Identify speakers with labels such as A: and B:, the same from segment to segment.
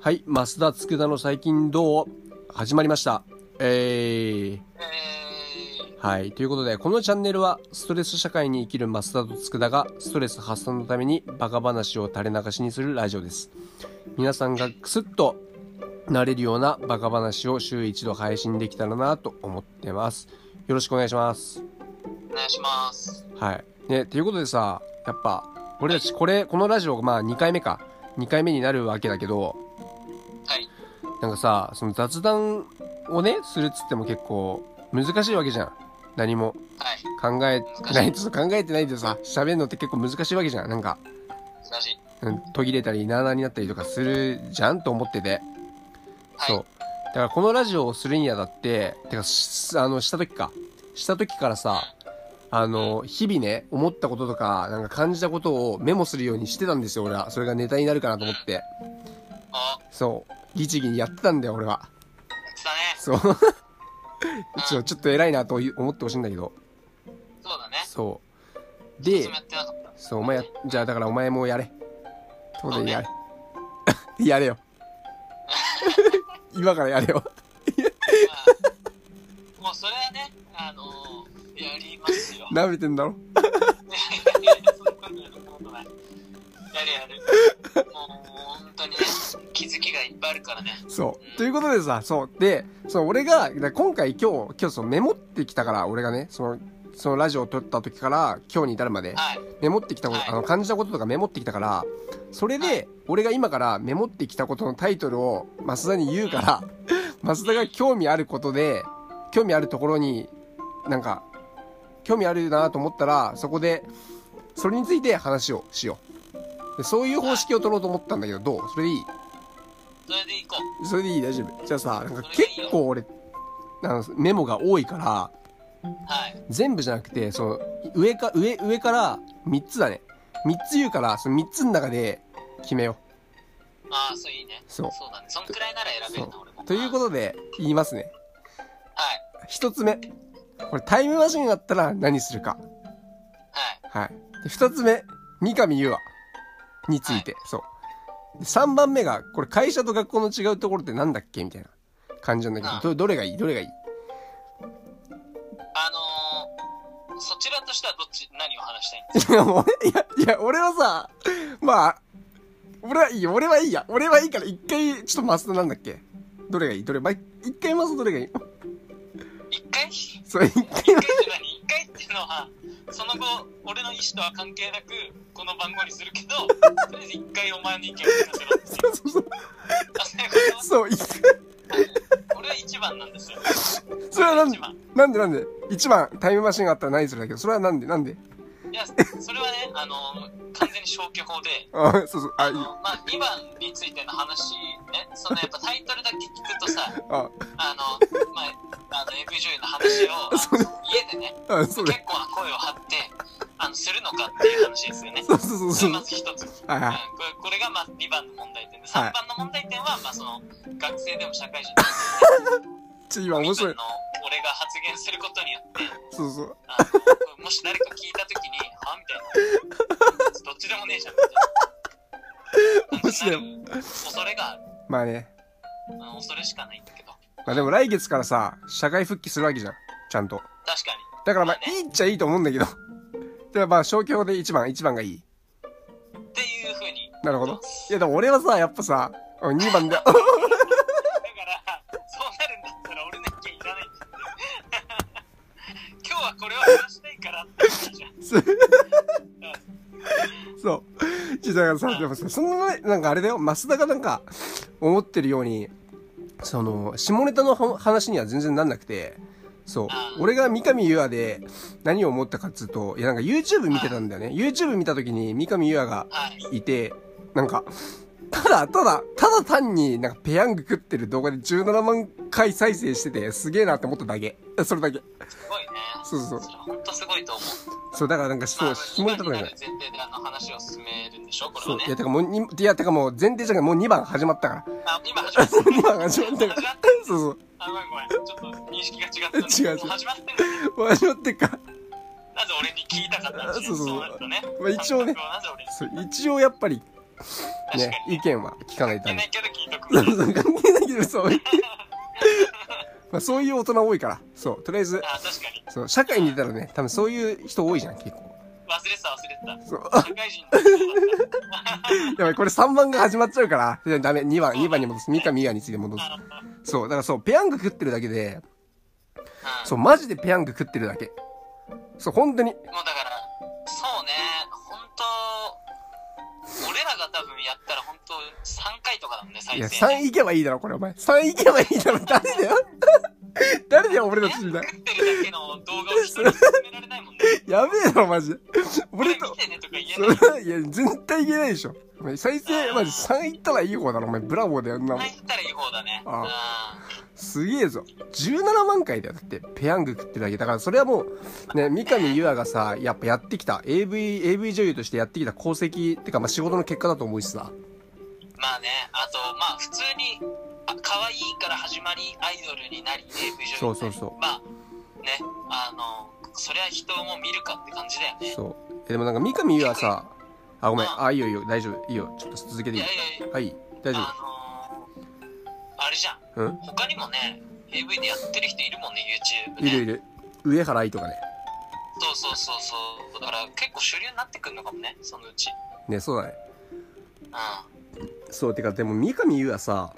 A: はい、増田佃の最近どう始まりました。えー、
B: え
A: はい。ということで、このチャンネルは、ストレス社会に生きる増田と佃が、ストレス発散のために、バカ話を垂れ流しにするラジオです。皆さんがクスッとなれるようなバカ話を週一度配信できたらなと思ってます。よろしくお願いします。
B: ー、お願いします。
A: はい。ね、ということでさ、やっぱ、俺たちこれ、このラジオ、まあ2回目か。2回目になるわけだけど、
B: はい。
A: なんかさ、その雑談をね、するっつっても結構難しいわけじゃん。何も
B: はい。
A: 考え
B: 難
A: な
B: し
A: い、
B: い
A: ちょっと考えてないでさ、喋るのって結構難しいわけじゃん。なんか、
B: 難しい。
A: うん途切れたり、なあなあになったりとかするじゃんと思ってて。
B: は
A: そ
B: い。
A: う。だからこのラジオをするにあたって、てか、しあの、した時か。した時からさ、あの、日々ね、思ったこととか、なんか感じたことをメモするようにしてたんですよ、俺は。それがネタになるかなと思って。
B: あ、
A: そう。律儀にやってたんだよ、俺は。
B: やってたね。
A: そう。ちょ、ちょっと偉いなという思ってほしいんだけど。
B: そうだね。
A: そう。
B: 一
A: で
B: つも、やってなかった。
A: そう、お 前や、じゃあだからお前もやれ。ということでやれ
B: そ。
A: やれよ。今からやれよ。
B: まあ、もうそれはね、あのー、やりますよ。
A: 舐めてんだろ。
B: いや いやいやそんなことないそんなことない。やるやる。もう、本当にね、気づきがいっぱいあるからね。
A: そう。ということでさ、そう。で、その俺が、だから今回今日、今日そのメモってきたから、俺がね、その、そのラジオを撮った時から今日に至るまで、
B: はい。
A: メモってきたこと、
B: はい
A: あの、感じたこととかメモってきたから、それで、俺が今からメモってきたことのタイトルを、増田に言うから、増田が興味あることで、興味あるところに、なんか、興味あるなと思ったら、そこで、それについて話をしよう。でそういう方式を取ろうと思ったんだけど、どうそれでいい
B: それで行こ
A: それでいい大丈夫じゃあさ、なんか
B: それ
A: 結
B: でいいよ
A: 構俺、あの、メモが多いから、
B: う。はい。
A: 全部じゃなくて、その、上か、上、上から3つだね。3つ言うから、その3つの中で決めよ
B: ああ、そういいね。
A: そう
B: だね。そんくらいなら選べるな、俺も。。
A: う。ということとで、言いますね。
B: はい。
A: 1つ目。これタイムマシンがあったら何するか。
B: は
A: はい。
B: い。
A: で、2つ目。三上優愛について。そう。で、3番目が、これ会社と学校の違うところってなんだっけみたいな感じなんだけ
B: あ
A: どど、
B: あ、
A: どれがいいどれがいい
B: あのー、そちらとしてはどっち、何を話したいんですか
A: いや、俺、いや、いや、俺はさ、まあ、俺はいいよ、俺はいいや。俺はいいから、一回、ちょっとマスタなんだっけどれがいいどれ、ま、一回マスタどれがいい
B: 一 回一
A: それ、一回
B: 回って何一回っていうのは、その後、俺の意思とは関係なく、この番号にするけ ど、とりあえず一回お前の意見を聞かせろっていう。
A: そうそう
B: あ、そういうこ
A: そう、一回。
B: と俺は一番なんですよ。
A: それはなんで
B: 一番。
A: なんでなんで一番、タイムマシンがあったら何するんだけど、それはなんでなんで
B: いや、それはね、あのー、完全に消去法で、
A: あ、そうそう、あ、
B: あ
A: いい
B: の
A: よ。、
B: まあ、2番についての話、ね、そのやっぱタイトルだけ聞くとさ、
A: あ、
B: あの、まあ、あの、AV 女優の話を、
A: そう
B: あの家でね、
A: あ、
B: 結
A: そ
B: 構
A: れ。
B: な声を張って、あの、するのかっていう話ですよね。
A: そうそうそう
B: そ
A: そ
B: れ
A: う。
B: まず一つ。
A: はい
B: うん
A: は
B: これこれがまあ2番の問題点で、
A: はい
B: 3番の問題点は、まあその、学生でも社会人でも、
A: い。ちょ、今面
B: 自
A: 白い
B: 分。の俺が発言することによって、
A: そうそう。
B: あの、もし誰か聞いたときに、はみたいな。どっちでもねえじゃん、みたいな。面白い。恐れがある。
A: まあね。
B: うん恐れしかないんだけど。
A: まあでも来月からさ、社会復帰するわけじゃん。ちゃんと。
B: 確かに。
A: だからまあ
B: まあ、ね
A: いいっちゃいいと思うんだけど。でもまあ、消去で一番、一番がいい。
B: っていうふうに。
A: なるほど。いや、でも俺はさ、やっぱさ、2番で、
B: だから、そうなるんだったら俺の意見いらないんだよ 今日はこれを話したいからって話じゃん。
A: そうそう。ちょ、だからさ、でもさ、その前、なんかあれだよ、増田がなんか、思ってるように、その、下ネタのは話には全然なんなくて、そう。俺が三上優愛で何を思ったかっつうと、いや、なんか YouTube 見てたんだよね。YouTube 見た時に三上優愛が
B: はい。
A: いて、なんか、ただ、ただ、ただ単になんかペヤング食ってる動画で17万回再生してて、すげえなって思っただけ。それだけ。
B: すごいね。
A: そうそう
B: それは本当すごいと思う。
A: そう、だからなんか
B: ま
A: そう、
B: あ、
A: 下ネタと
B: 今に
A: かじ
B: な
A: ゃな
B: る
A: い。
B: 前提であの話を進めるんでしょこれ
A: そ
B: は
A: う。
B: ね
A: いや、。てかもうに、いや、てかもう前提じゃなくてもう2番始まったから。
B: あ、今始まった。
A: 今始まったから。 そうそう。
B: あ、ごめんごめん。ちょっと認識が違ったんだけど。
A: 違う違う
B: もう始まってんだね。
A: もう始まってっから。
B: なぜ俺に聞いたかったんですね
A: そうそうそう
B: なるとね。
A: まあ一応ね
B: 感覚をなぜ俺に
A: そう、一応やっぱり、
B: 確
A: ね
B: か、に
A: 意
B: ね。
A: 見は聞かないと
B: 関係
A: ダ
B: な
A: メ
B: い。けど聞いとく。
A: そ
B: は
A: う そう関係ないけど、そう。まあ、そういう大人多いから。そう。とりあえず、
B: あ、確かに。
A: そう、社会に出たらね、多分そういう人多いじゃん、結構。
B: 忘れてた、忘れてた。
A: そう。
B: 社会人だった
A: やばい、これ3番が始まっちゃうから。いやダメ、2番、2番に戻す。ミカミヤについて戻す。
B: あ
A: そう、だからそう、ペヤング食ってるだけで、
B: うん
A: そう、マジでペヤング食ってるだけ。そう、本当に。
B: もうだから、そうね、本当俺らが多分やったら本当3回とかだもんね、
A: い
B: 最
A: や、
B: 低。
A: 3行けばいいだろ、これ、お前。3行けばいいだろ、誰だよ。 誰だよ、俺のチームだ。
B: 食ってるだけの動画を人に勧められないもんね。
A: やべえだろ、マジで。
B: これ
A: 俺
B: 見
A: と、
B: てねとか言え
A: そ
B: な
A: れ
B: い。
A: はいや、絶対言えないでしょ。お前、再生、マジ3行ったらいい方だろ、お前。ブラボーだよ、あんなもん
B: 入ったらいい方だね。
A: あ
B: うん
A: すげえぞ。17万回だよ。だって、ペヤング食ってるだけ。だから、それはもう、ね、三上優愛がさ、やっぱやってきた、AV、AV 女優としてやってきた功績、ってか、まあ、仕事の結果だと思うしさ。
B: まあね、あと、まあ普通に、あ可愛いから始まり、アイドルになり、AV 女優になり
A: そうそうそう
B: まあ、ね、あの、そりゃ人も見るかって感じだよね。
A: そう。え、でもなんか、三上優愛さ、あ、ごめん。
B: あ
A: あ、いいよいいよ、大丈夫。いいよ。ちょっと続けて
B: い
A: いい
B: やいやい
A: はい。大丈
B: や、あのー、あれじゃん。
A: 夫。うん
B: 他にもね AV でやってる人いるもんね YouTube ね
A: いるいる。上原愛とかね。
B: そうそうそうそうだから結構主流になってくるのかもねそのうち
A: ね、そうだね。
B: うん
A: そう、てか、でも三上優愛さ、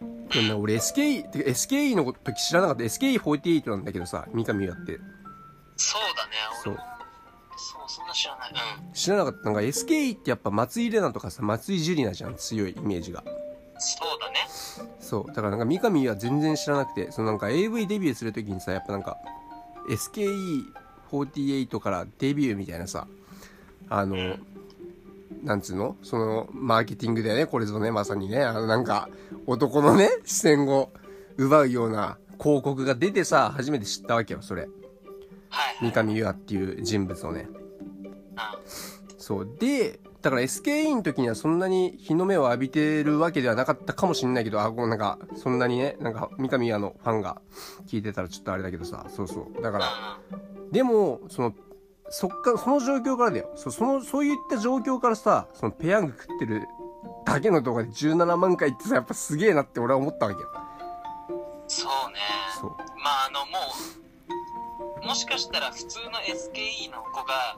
A: でもね俺 SKE、てか SKE の時知らなかった。SKE48 なんだけどさ、三上優愛って。
B: そうだね
A: そ
B: 俺
A: う
B: もそうそんな知らないうん
A: 知らなかったのが SKE ってやっぱ松井玲奈とかさ松井ジュリナじゃん強いイメージが
B: そうだね
A: そうだからなんか三上は全然知らなくてそのなんか AV デビューするときにさやっぱなんか SKE48 からデビューみたいなさあの、なんつうのそのマーケティングだよねこれぞねまさにねあのなんか男のね視線を奪うような広告が出てさ初めて知ったわけよそれ
B: は
A: 三
B: い
A: 上優愛っていう人物をね
B: うん
A: そう。で、だから SKE の時にはそんなに日の目を浴びてるわけではなかったかもしれないけど、あ、ごめんなんか、そんなにね、なんか、三上屋のファンが聞いてたらちょっとあれだけどさ、そうそう。だから、
B: う
A: でも、その、そっから、その状況からだよ。そその、そういった状況からさ、そのペヤング食ってるだけの動画で17万回ってさ、やっぱすげえなって俺は思ったわけよ。
B: んそうね
A: そう。
B: まああのもうもしかしたら普通の SKE の子が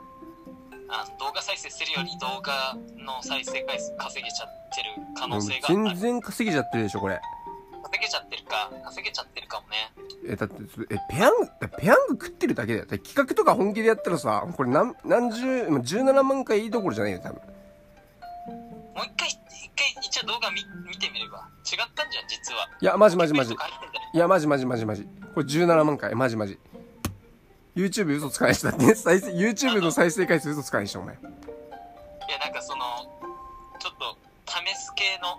B: あの動画再生するより動画の再生回数稼げちゃってる可能性がある
A: 全然稼げちゃってるでしょ、これ。
B: 稼げちゃってるか稼げちゃってるかもね
A: え、だって、え、ペヤング、だペヤング食ってるだけだよ。だから企画とか本気でやったらさ、これ何、何十、まあ17万回いいところじゃないよ、多分。
B: もう一回、一回、一応動画見見てみれば。違ったんじゃん、実は。
A: いや、マジマジマジ。
B: テクニック入ってんじゃない
A: いや、マジマジマジマジ。これ17万回、マジマジ。YouTube 嘘つかない人だって、 再生、YouTube の再生回数嘘つかないでしょ、お前。
B: いや、なんかその、ちょっと、試す系の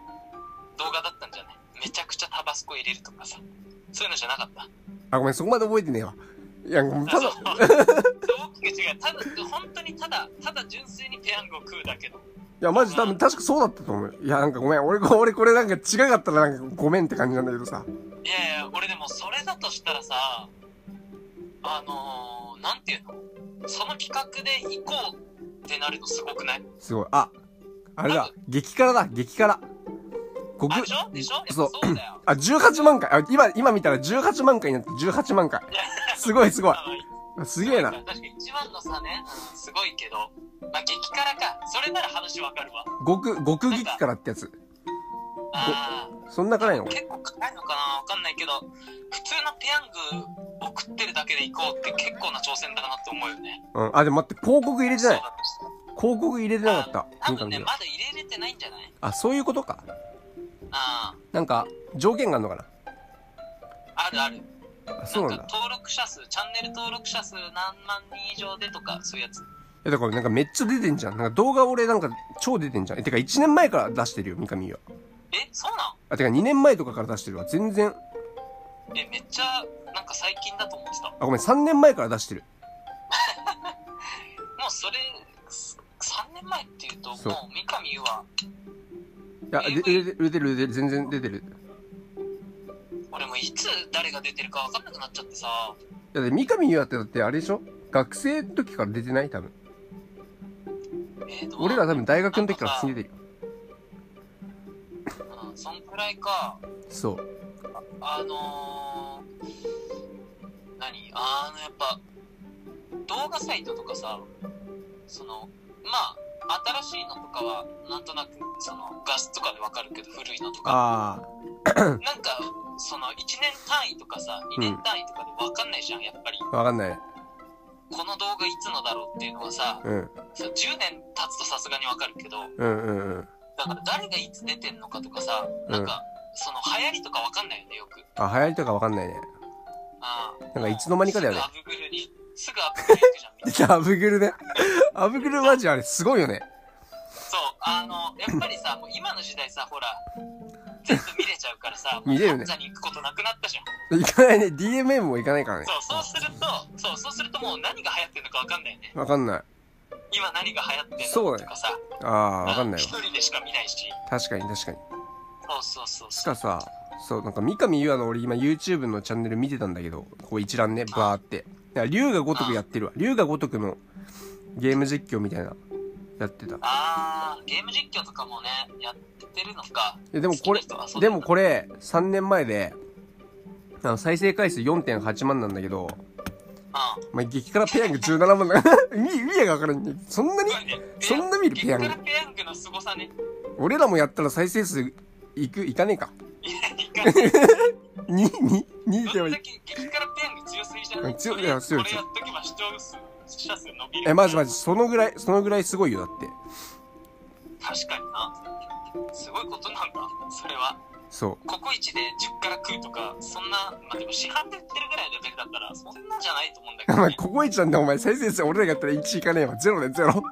B: 動画だったんじゃないめちゃくちゃタバスコ入れるとかさ。そういうのじゃなかった。
A: あ、ごめん、そこまで覚えてねえわ。いや、もうただ、
B: あの大きく違う。ただ、本当にただ、ただ純粋にペヤングを食うだけの。
A: いや、マジ多分、確かそうだったと思う。いや、なんかごめん、俺、俺これなんか違かったらなんかごめんって感じなんだけどさ。
B: いやいや、俺でもそれだとしたらさ、あのー、なんていうのその企画で行こうってなるのすごくない
A: すごい。あ、あれだ、激辛だ、激辛。極
B: あ、でしょでしょやっぱ
A: そう
B: そうだよ。
A: あ、18万回。あ、今、今見たら18万回になって18万回。すごいすごい。すげえな。
B: 確かに一番の差ね、うんすごいけど、まあ、激辛か。それなら話わかるわ。
A: 極、極激辛ってやつ。
B: あ
A: そんな辛い
B: あ、
A: の
B: 結構辛いのかなわかんないけど、普通のペヤングを食ってるだけで行こうって結構な挑戦だなって思うよね。
A: うん。あ、でも待って、広告入れて
B: そう
A: な
B: だ
A: い。
B: としたら
A: 広告入れてなかった。
B: 多
A: みか
B: 分
A: ん
B: ね、
A: 君
B: まだ入れれてないんじゃない
A: あ、そういうことか。
B: あ
A: なんか、条件があるのか
B: あ、あるある。
A: な。あ、
B: な
A: そ
B: ん
A: う
B: か
A: なんだ。
B: 登録者数、チャンネル登録者数何万人以上でとか、そういうやつ。
A: え、だからなんかめっちゃ出てんじゃん。なんか動画俺なんか超出てんじゃん。え、てか1年前から出してるよ、三上は。
B: え、そうな
A: あ、てか2年前とかから出してるわ。全然。
B: んえ、めっちゃ、なんか最近だと思ってた。
A: あ、ごめん、3年前から出してる。
B: もうそれ、す3年前っていうと、もう
A: そう
B: 三上優は、
A: いや、で、でで出てる、出てる、全然出てる。
B: 俺もいつ誰が出てるか分かんなくなっちゃってさ、
A: だって三上優愛ってだってあれでしょ学生の時から出てない多分。
B: えーどう
A: 俺ら多分大学の時から進んでてるよ。
B: らいか、
A: そう。
B: あのー、何あの、やっぱ、動画サイトとかさ、その、まあ、新しいのとかは、なんとなく、その、画質とかでわかるけど、古いのとか、
A: あ
B: なんか、その、1年単位とかさ、2年単位とかでわかんないじゃん、やっぱり。
A: あ、わかんない。
B: この動画いつのだろうっていうのはさ、
A: うん。
B: その10年経つとさすがにわかるけど、
A: うんうんうん。
B: だから誰がいつ出てんのかとかさ、なんか、その、流行りとかわかんないよね、よく。
A: あ、流行りとかわかんないね。
B: ああ
A: なんかいつの間にかだよね
B: すぐアブグルに、すぐアブグル行くじゃん、みんな
A: アブグルね。アブグルマジあれすごいよね。
B: そう、あの、やっぱりさ、もう今の時代さ、ほら、全部見れちゃうからさ、
A: 見れるね
B: もう神社に行くことなくなったじゃん。
A: 行か ないね。DMM も行かないからね。
B: そう、そうすると、そう、そうするともう何が流行ってるのかわかんないよね。
A: わかんない。
B: 今何が流行ってる
A: そう
B: の
A: だ
B: と
A: よ
B: かさ、
A: ああ、わかんない
B: 一
A: わ。
B: 人でしか見ないし、
A: 確かに確かに。
B: そうそうそう
A: し
B: そう。
A: かさ、そう、なんか三上優愛の俺今 YouTube のチャンネル見てたんだけど、こう一覧ね、バーって。だから竜が如くやってるわ。竜が如くのゲーム実況みたいな、やってた。い
B: あー、ゲーム実況とかもね、やってるのか。
A: やでもこれ
B: 好きな人はそうだ
A: でもこれ、3年前で、あの、再生回数4.8万なんだけど、
B: う
A: まあ、激辛ペヤング17万だから、 意味意味がわからんね。そんなに
B: ん。ね
A: そんな見る
B: ペ
A: ペヤ
B: ヤ
A: ング
B: ング。激辛ペヤングの凄さね。
A: 俺らもやったら再生数、いく、いかねえか。
B: いや、いかない。
A: に、に、にで
B: ど
A: は
B: んだ、け激辛ペヤング強すぎじゃない
A: 強いや強い
B: これやっとけば視聴数、視者数伸びる。
A: え、まじまじ、そのぐらい、そのぐらいすごいよ、だって。
B: 確かにな。すごいことなんだ、それは。
A: そ
B: ココイチで10から食うとか、そんな、まあ、でも市販で売ってるぐらいのレベルだったら、そんなんじゃないと思うんだけ
A: う。お
B: ど、
A: 前、
B: ね。
A: ココイチなんだ、お前、再生数俺らがやったら1いかねえわ。ゼロね、ゼロ。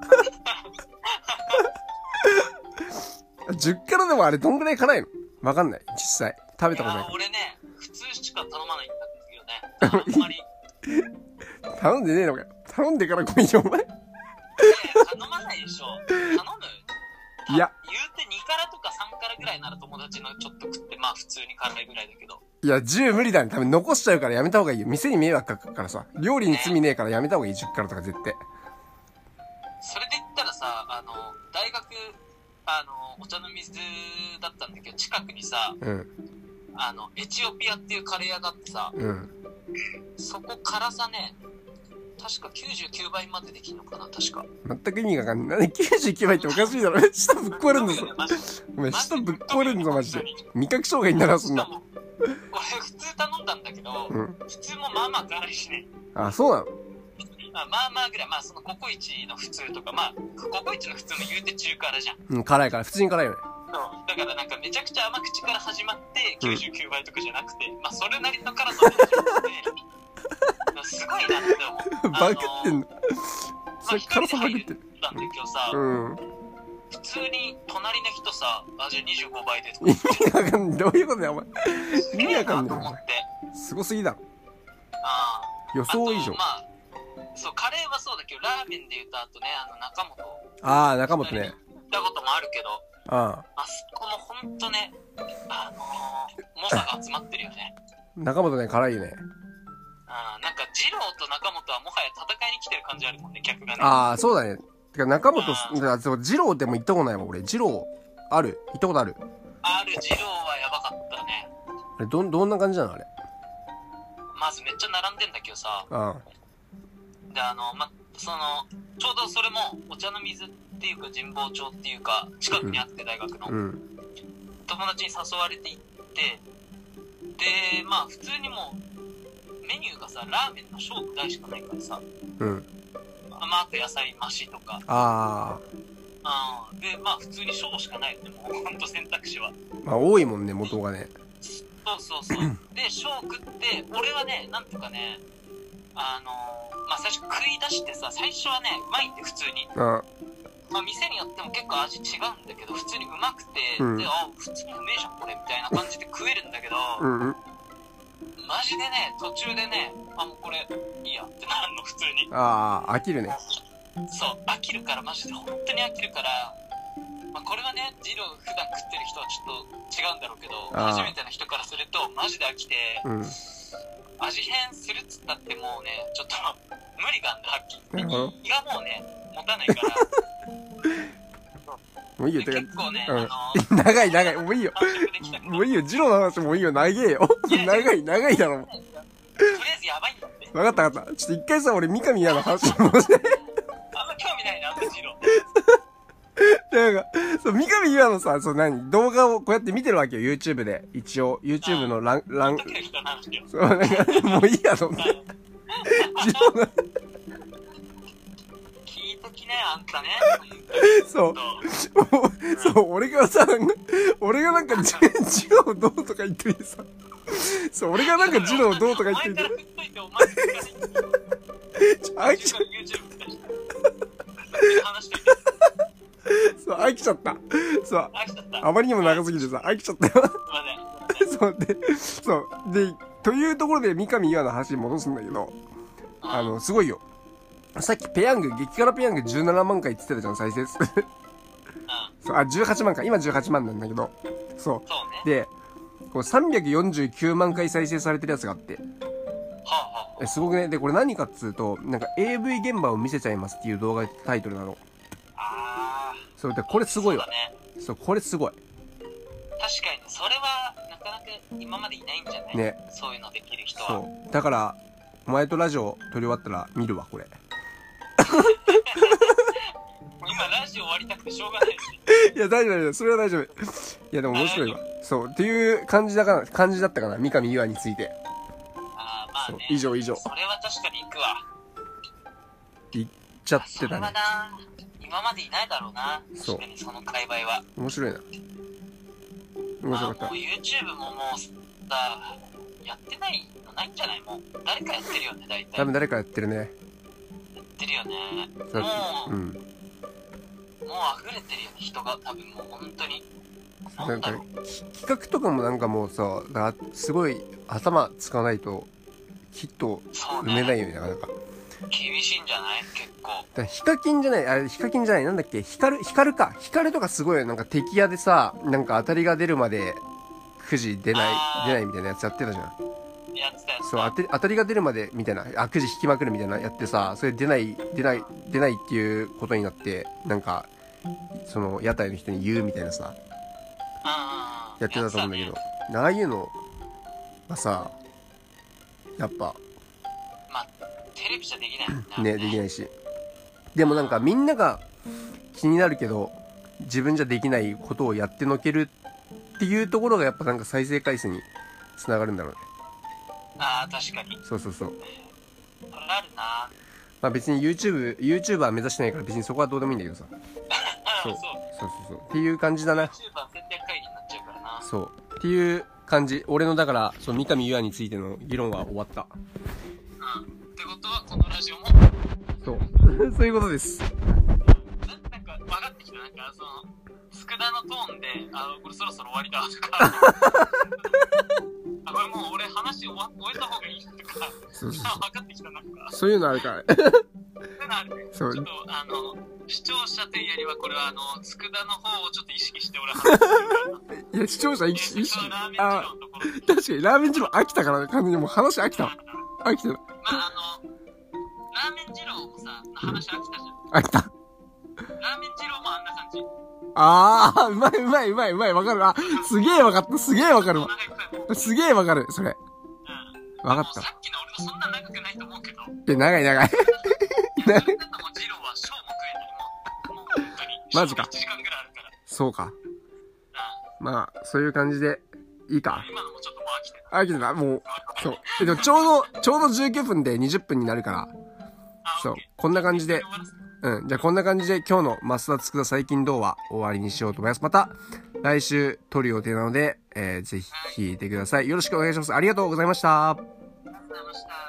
A: 10からでもあれ、どんぐらいいかないのわかんない、実際。食べ
B: い
A: たことない
B: や
A: か
B: 俺ね、普通しか頼まないんだけどね。あんまり、い
A: ら。頼んでねえのかよ。頼んでから来いよ、お前。
B: やいや頼まないでしょ。頼む
A: いや。
B: 言うて2からとか3からぐらいなら友達のちょっと食って、まあ普通に辛いぐらいだけど。
A: いや、10無理だね。多分残しちゃうからやめた方がいいよ。店に迷惑かかるからさ。料理に罪ねえからやめた方がいい、10からとか絶対。
B: それで言ったらさあの大学あのお茶の水だったんだけど近くにさ
A: うん、
B: あのエチオピアっていうカレー屋があってさ
A: うん。
B: そこ辛さね確か99倍までできるのかな確か
A: 全く意味がわかんない。なんで99倍っておかしいだろ。舌ぶっ壊れんぞ、それ。
B: マジで
A: お前、舌ぶっ壊れんぞ、マジで。
B: し
A: 味覚障害にならすん
B: か
A: な。
B: も俺普通頼んだんだけど、
A: うん。
B: 普通もまあまあ辛いしね
A: あ、そうなの
B: まあまあまあぐらいまあそのココイチの普通とかまあココイチの普通も言うて中辛じゃん
A: うん、辛いから。普通に辛いよね。
B: だからなんかめちゃくちゃ甘口から始まって99倍とかじゃなくて、まあそれなりの辛さで始ま ってすごいなって思う。
A: バグってんの。そ
B: あの
A: れ、辛さバグってる。
B: なんだけどさ、
A: うん。
B: 普通に隣の人さ、あ、じゃあ25倍でと
A: 意
B: か、
A: 味わかんない。どういうことだよ、お前。
B: すげえなと思って。
A: すごすぎだろ。
B: あ
A: 予
B: あと
A: 想以上
B: ま。あ、そう、カレーはそうだけど、ラーメンで言うと、あとね、あの中本、
A: あー、中本ね。
B: 行ったこともあるけど、
A: あ
B: あそこもほんとね、あのー、猛者が集まってるよね。
A: ー中本ね、辛いよね。
B: あーなんか、二郎と中本はもはや戦いに来てる感じあるもんね、客がね。
A: ああ、そうだね。てか、中本
B: あ、ー
A: だそう、二郎でも行ったことないわ、俺。二郎、ある。行ったことある。
B: R 二郎はやばかったね。
A: あれ、どん、どんな感じなのあれ。
B: まずめっちゃ並んでんだけどさ、
A: あ
B: で、あの、ま、その、ちょうどそれも、お茶の水っていうか、神保町っていうか、近くにあって大学の、
A: あ、うん。
B: 友達に誘われて行って、で、まあ、普通にもう、メニューがさ、ラーメンの小と大しかないからさ、
A: うん。
B: あまあ、あと野菜増しとか、
A: あ
B: あーで、まあ、普通に小しかないよね、もう、ほんと選択肢は。
A: あ、まあ、多いもんね、元がね。
B: そうそうそう。で、小食って、俺はね、なんとかね、あのーまあ、最初食い出してさ、最初はね、うまいんで、普通に。
A: あ
B: まあ、店によっても結構味違うんだけど、普通にうまくて、
A: うん
B: で、あ、普通にうめえじゃん、これ、みたいな感じで食えるんだけど、
A: あ、うんうん。
B: マジでね、途中でね、あ、もうこれ、いいやってなるの、普通に。
A: ああ、飽きるね。
B: そう、飽きるから、マジで、本当に飽きるから、まあ、これはね、ジロー普段食ってる人はちょっと違うんだろうけど、
A: あー
B: 初めての人からすると、マジで飽きて、
A: うん。
B: 味変するっつったってもうねちょっと無理があんだはっきり
A: なるほど
B: 胃がもうね持たないから
A: もういいよ、て
B: 結
A: か、
B: 構ね、
A: うん
B: あ の、
A: 長い長い、もういいよ。
B: 完食できたから。
A: もういいよ、ジローの話もういいよ、長えよ。
B: いや
A: 長い、長いだろ。
B: とりあえずやばいんだって。
A: わかったわかった。ちょっと一回さ、俺、三上やの話戻して。
B: あんま興味ないな、むしろ。
A: なんか、そう、三上岩のさ、そう何動画をこうやって見てるわけよ、YouTube で。一応、YouTube のラン、ラン
B: だ、け人なんですよ。
A: そう、なんか、もういいやと思って。ジローの、
B: 聞いときね、あんたね。
A: そう
B: 本当に
A: そう、俺がさ、俺がなんか、ジジローどうとか言っててさ、そう、俺がなんかジローどうとか言って
B: お前
A: て、
B: から振っといて、お前から振っといて
A: ちょ飽きちゃ、
B: YouTube 出して話しといて。
A: そう、飽きちゃった。そう、
B: あ、来ちゃった。
A: あまりにも長すぎてさ、飽きちゃったよ。
B: すいません。
A: そう、で、そう、で、というところで三上岩の話に戻すんだけど、あの、すごいよ。さっきペヤング、激辛ペヤング17万回って言ってたじゃん、再生数。
B: うん、
A: そうあ、18万回。今18万なんだけど。そ
B: そうね
A: う。。で、こう349万回再生されてるやつがあって。
B: はあ、は
A: え、すごくね。で、これ何かっつうと、なんか AV 現場を見せちゃいますっていう動画タイトルなの。
B: あ、あ
A: そう、で、
B: ー
A: これすごい
B: そう
A: わ
B: だ。ね。
A: そう、これすごい。
B: 確かにね、それはなかなか今までいないんじゃない
A: ね
B: そういうのできる人は。
A: そう。だから、お前とラジオ撮り終わったら見るわ、これ。
B: 今ラジオ終わりたくてしょうがないし。
A: いや、大丈夫、大丈夫。それは大丈夫。いや、でも面白いわ。そう。っていう感じだかな、感じだったかな。三上優愛について。
B: ああ、まあね。
A: そう以上以上
B: それは確かに行くわ。
A: 言っちゃって
B: それ
A: た
B: は
A: ね。
B: な、今までいないだろうな。
A: そう
B: 確かにその界隈は。
A: 面白いな。面
B: まあ
A: 白
B: も
A: かっ
B: う YouTube ももうさ、やってないのないんじゃないもう。誰かやってるよね、大
A: た。
B: 体。
A: 多
B: や
A: 分誰かやってるね。
B: ってるよね。
A: そう
B: も
A: うん。
B: う、もう溢れてるよね、人が。多分もう本当に。な
A: なんん
B: だ
A: か
B: ろう。
A: き企画とかもなんかもうさだすごい頭使わないとヒット
B: そう
A: 埋めな
B: ね。
A: いよねなかなかだか
B: 厳しいんじゃない結構。
A: らヒカキンじゃないあれヒカキンじゃないなんだっけヒカルヒカルかヒカルとかすごいよなんか敵屋でさなんか当たりが出るまでくじ出
B: あ
A: ない
B: ー
A: 出ないみたいなやつやってたじゃん
B: やってたやつ。
A: そう当て当たりが出るまでみたいなあくじ引きまくるみたいなやってさそれ出ない出ない出ないっていうことになってなんかその屋台の人に言うみたいなさ
B: や
A: やってたと思うんだけど
B: ね、
A: ああいうのがさやっぱ
B: まあ、テレビじゃできないもんな。
A: ねできないしでもなんかみんなが気になるけど自分じゃできないことをやってのけるっていうところがやっぱなんか再生回数につながるんだろうね
B: ああ、確かに。
A: そうそうそう
B: それあるな。
A: まあ別に YouTube YouTuber 目指してないから別にそこはどうでもいいんだけどさ
B: う
A: そ
B: ん
A: う
B: そう。
A: そうそうそうっていう感じだな
B: YouTuber 戦略会議になっちゃうからな。
A: そうっていう感じ俺のだからそう三上優愛についての議論は終わった
B: うん。ってことは、このラジオも、
A: そう そういうことです
B: なんなんか、分かってきた。なんか、その、佃のトーンで、あの、これそろそろ終わりだ、とか。 あ、これもう俺話終わ終えた方がいいと
A: そ
B: か、
A: うそうそう
B: 分かってきた、なんか。
A: そういうのあるから
B: ってなるね。ち
A: そ
B: ょ
A: う
B: っと、あの、視聴者というよりは、これは、あの、佃の方をちょっと意識して俺は話してるから。
A: いや、視聴者 意識、意識。あー、確かに、ラーメン二郎飽きたからね、完全にもう話飽きたわ。飽きてる。
B: まああのラーメン二郎もさ話飽きたじゃ
A: 飽きた。
B: んラーメン二郎もあんな感じ
A: あー、うまいうまいうまいうまい、わかるわ。すげえわかった、すげえわかる
B: お
A: わ。
B: 腹いっぱいもう
A: すげえわかる、それ。
B: うん
A: わか
B: も
A: っ
B: う
A: た。
B: さっきの俺もそんな長くないと思うけど
A: いや、長い長い。
B: いやそれだともう二郎は小も食えないもうもう本当に
A: マジか
B: 1時間ぐらいあるから
A: そうか。
B: う
A: まあ、そういう感じで、いいか
B: ん。今のもちょっともう飽きてる
A: 飽きてた、もう。そう。えでも、ちょうど、ちょうど19分で20分になるから。
B: あ
A: そう
B: OK。
A: こんな感じで
B: 終。わらせて
A: うん。じゃあこんな感じで今日の増田つくだ最近どうは終わりにしようと思います。また来週撮る予定なので、えーぜひ聞いてください。よろしくお願いします。ありがとうございました。
B: ありがとうございました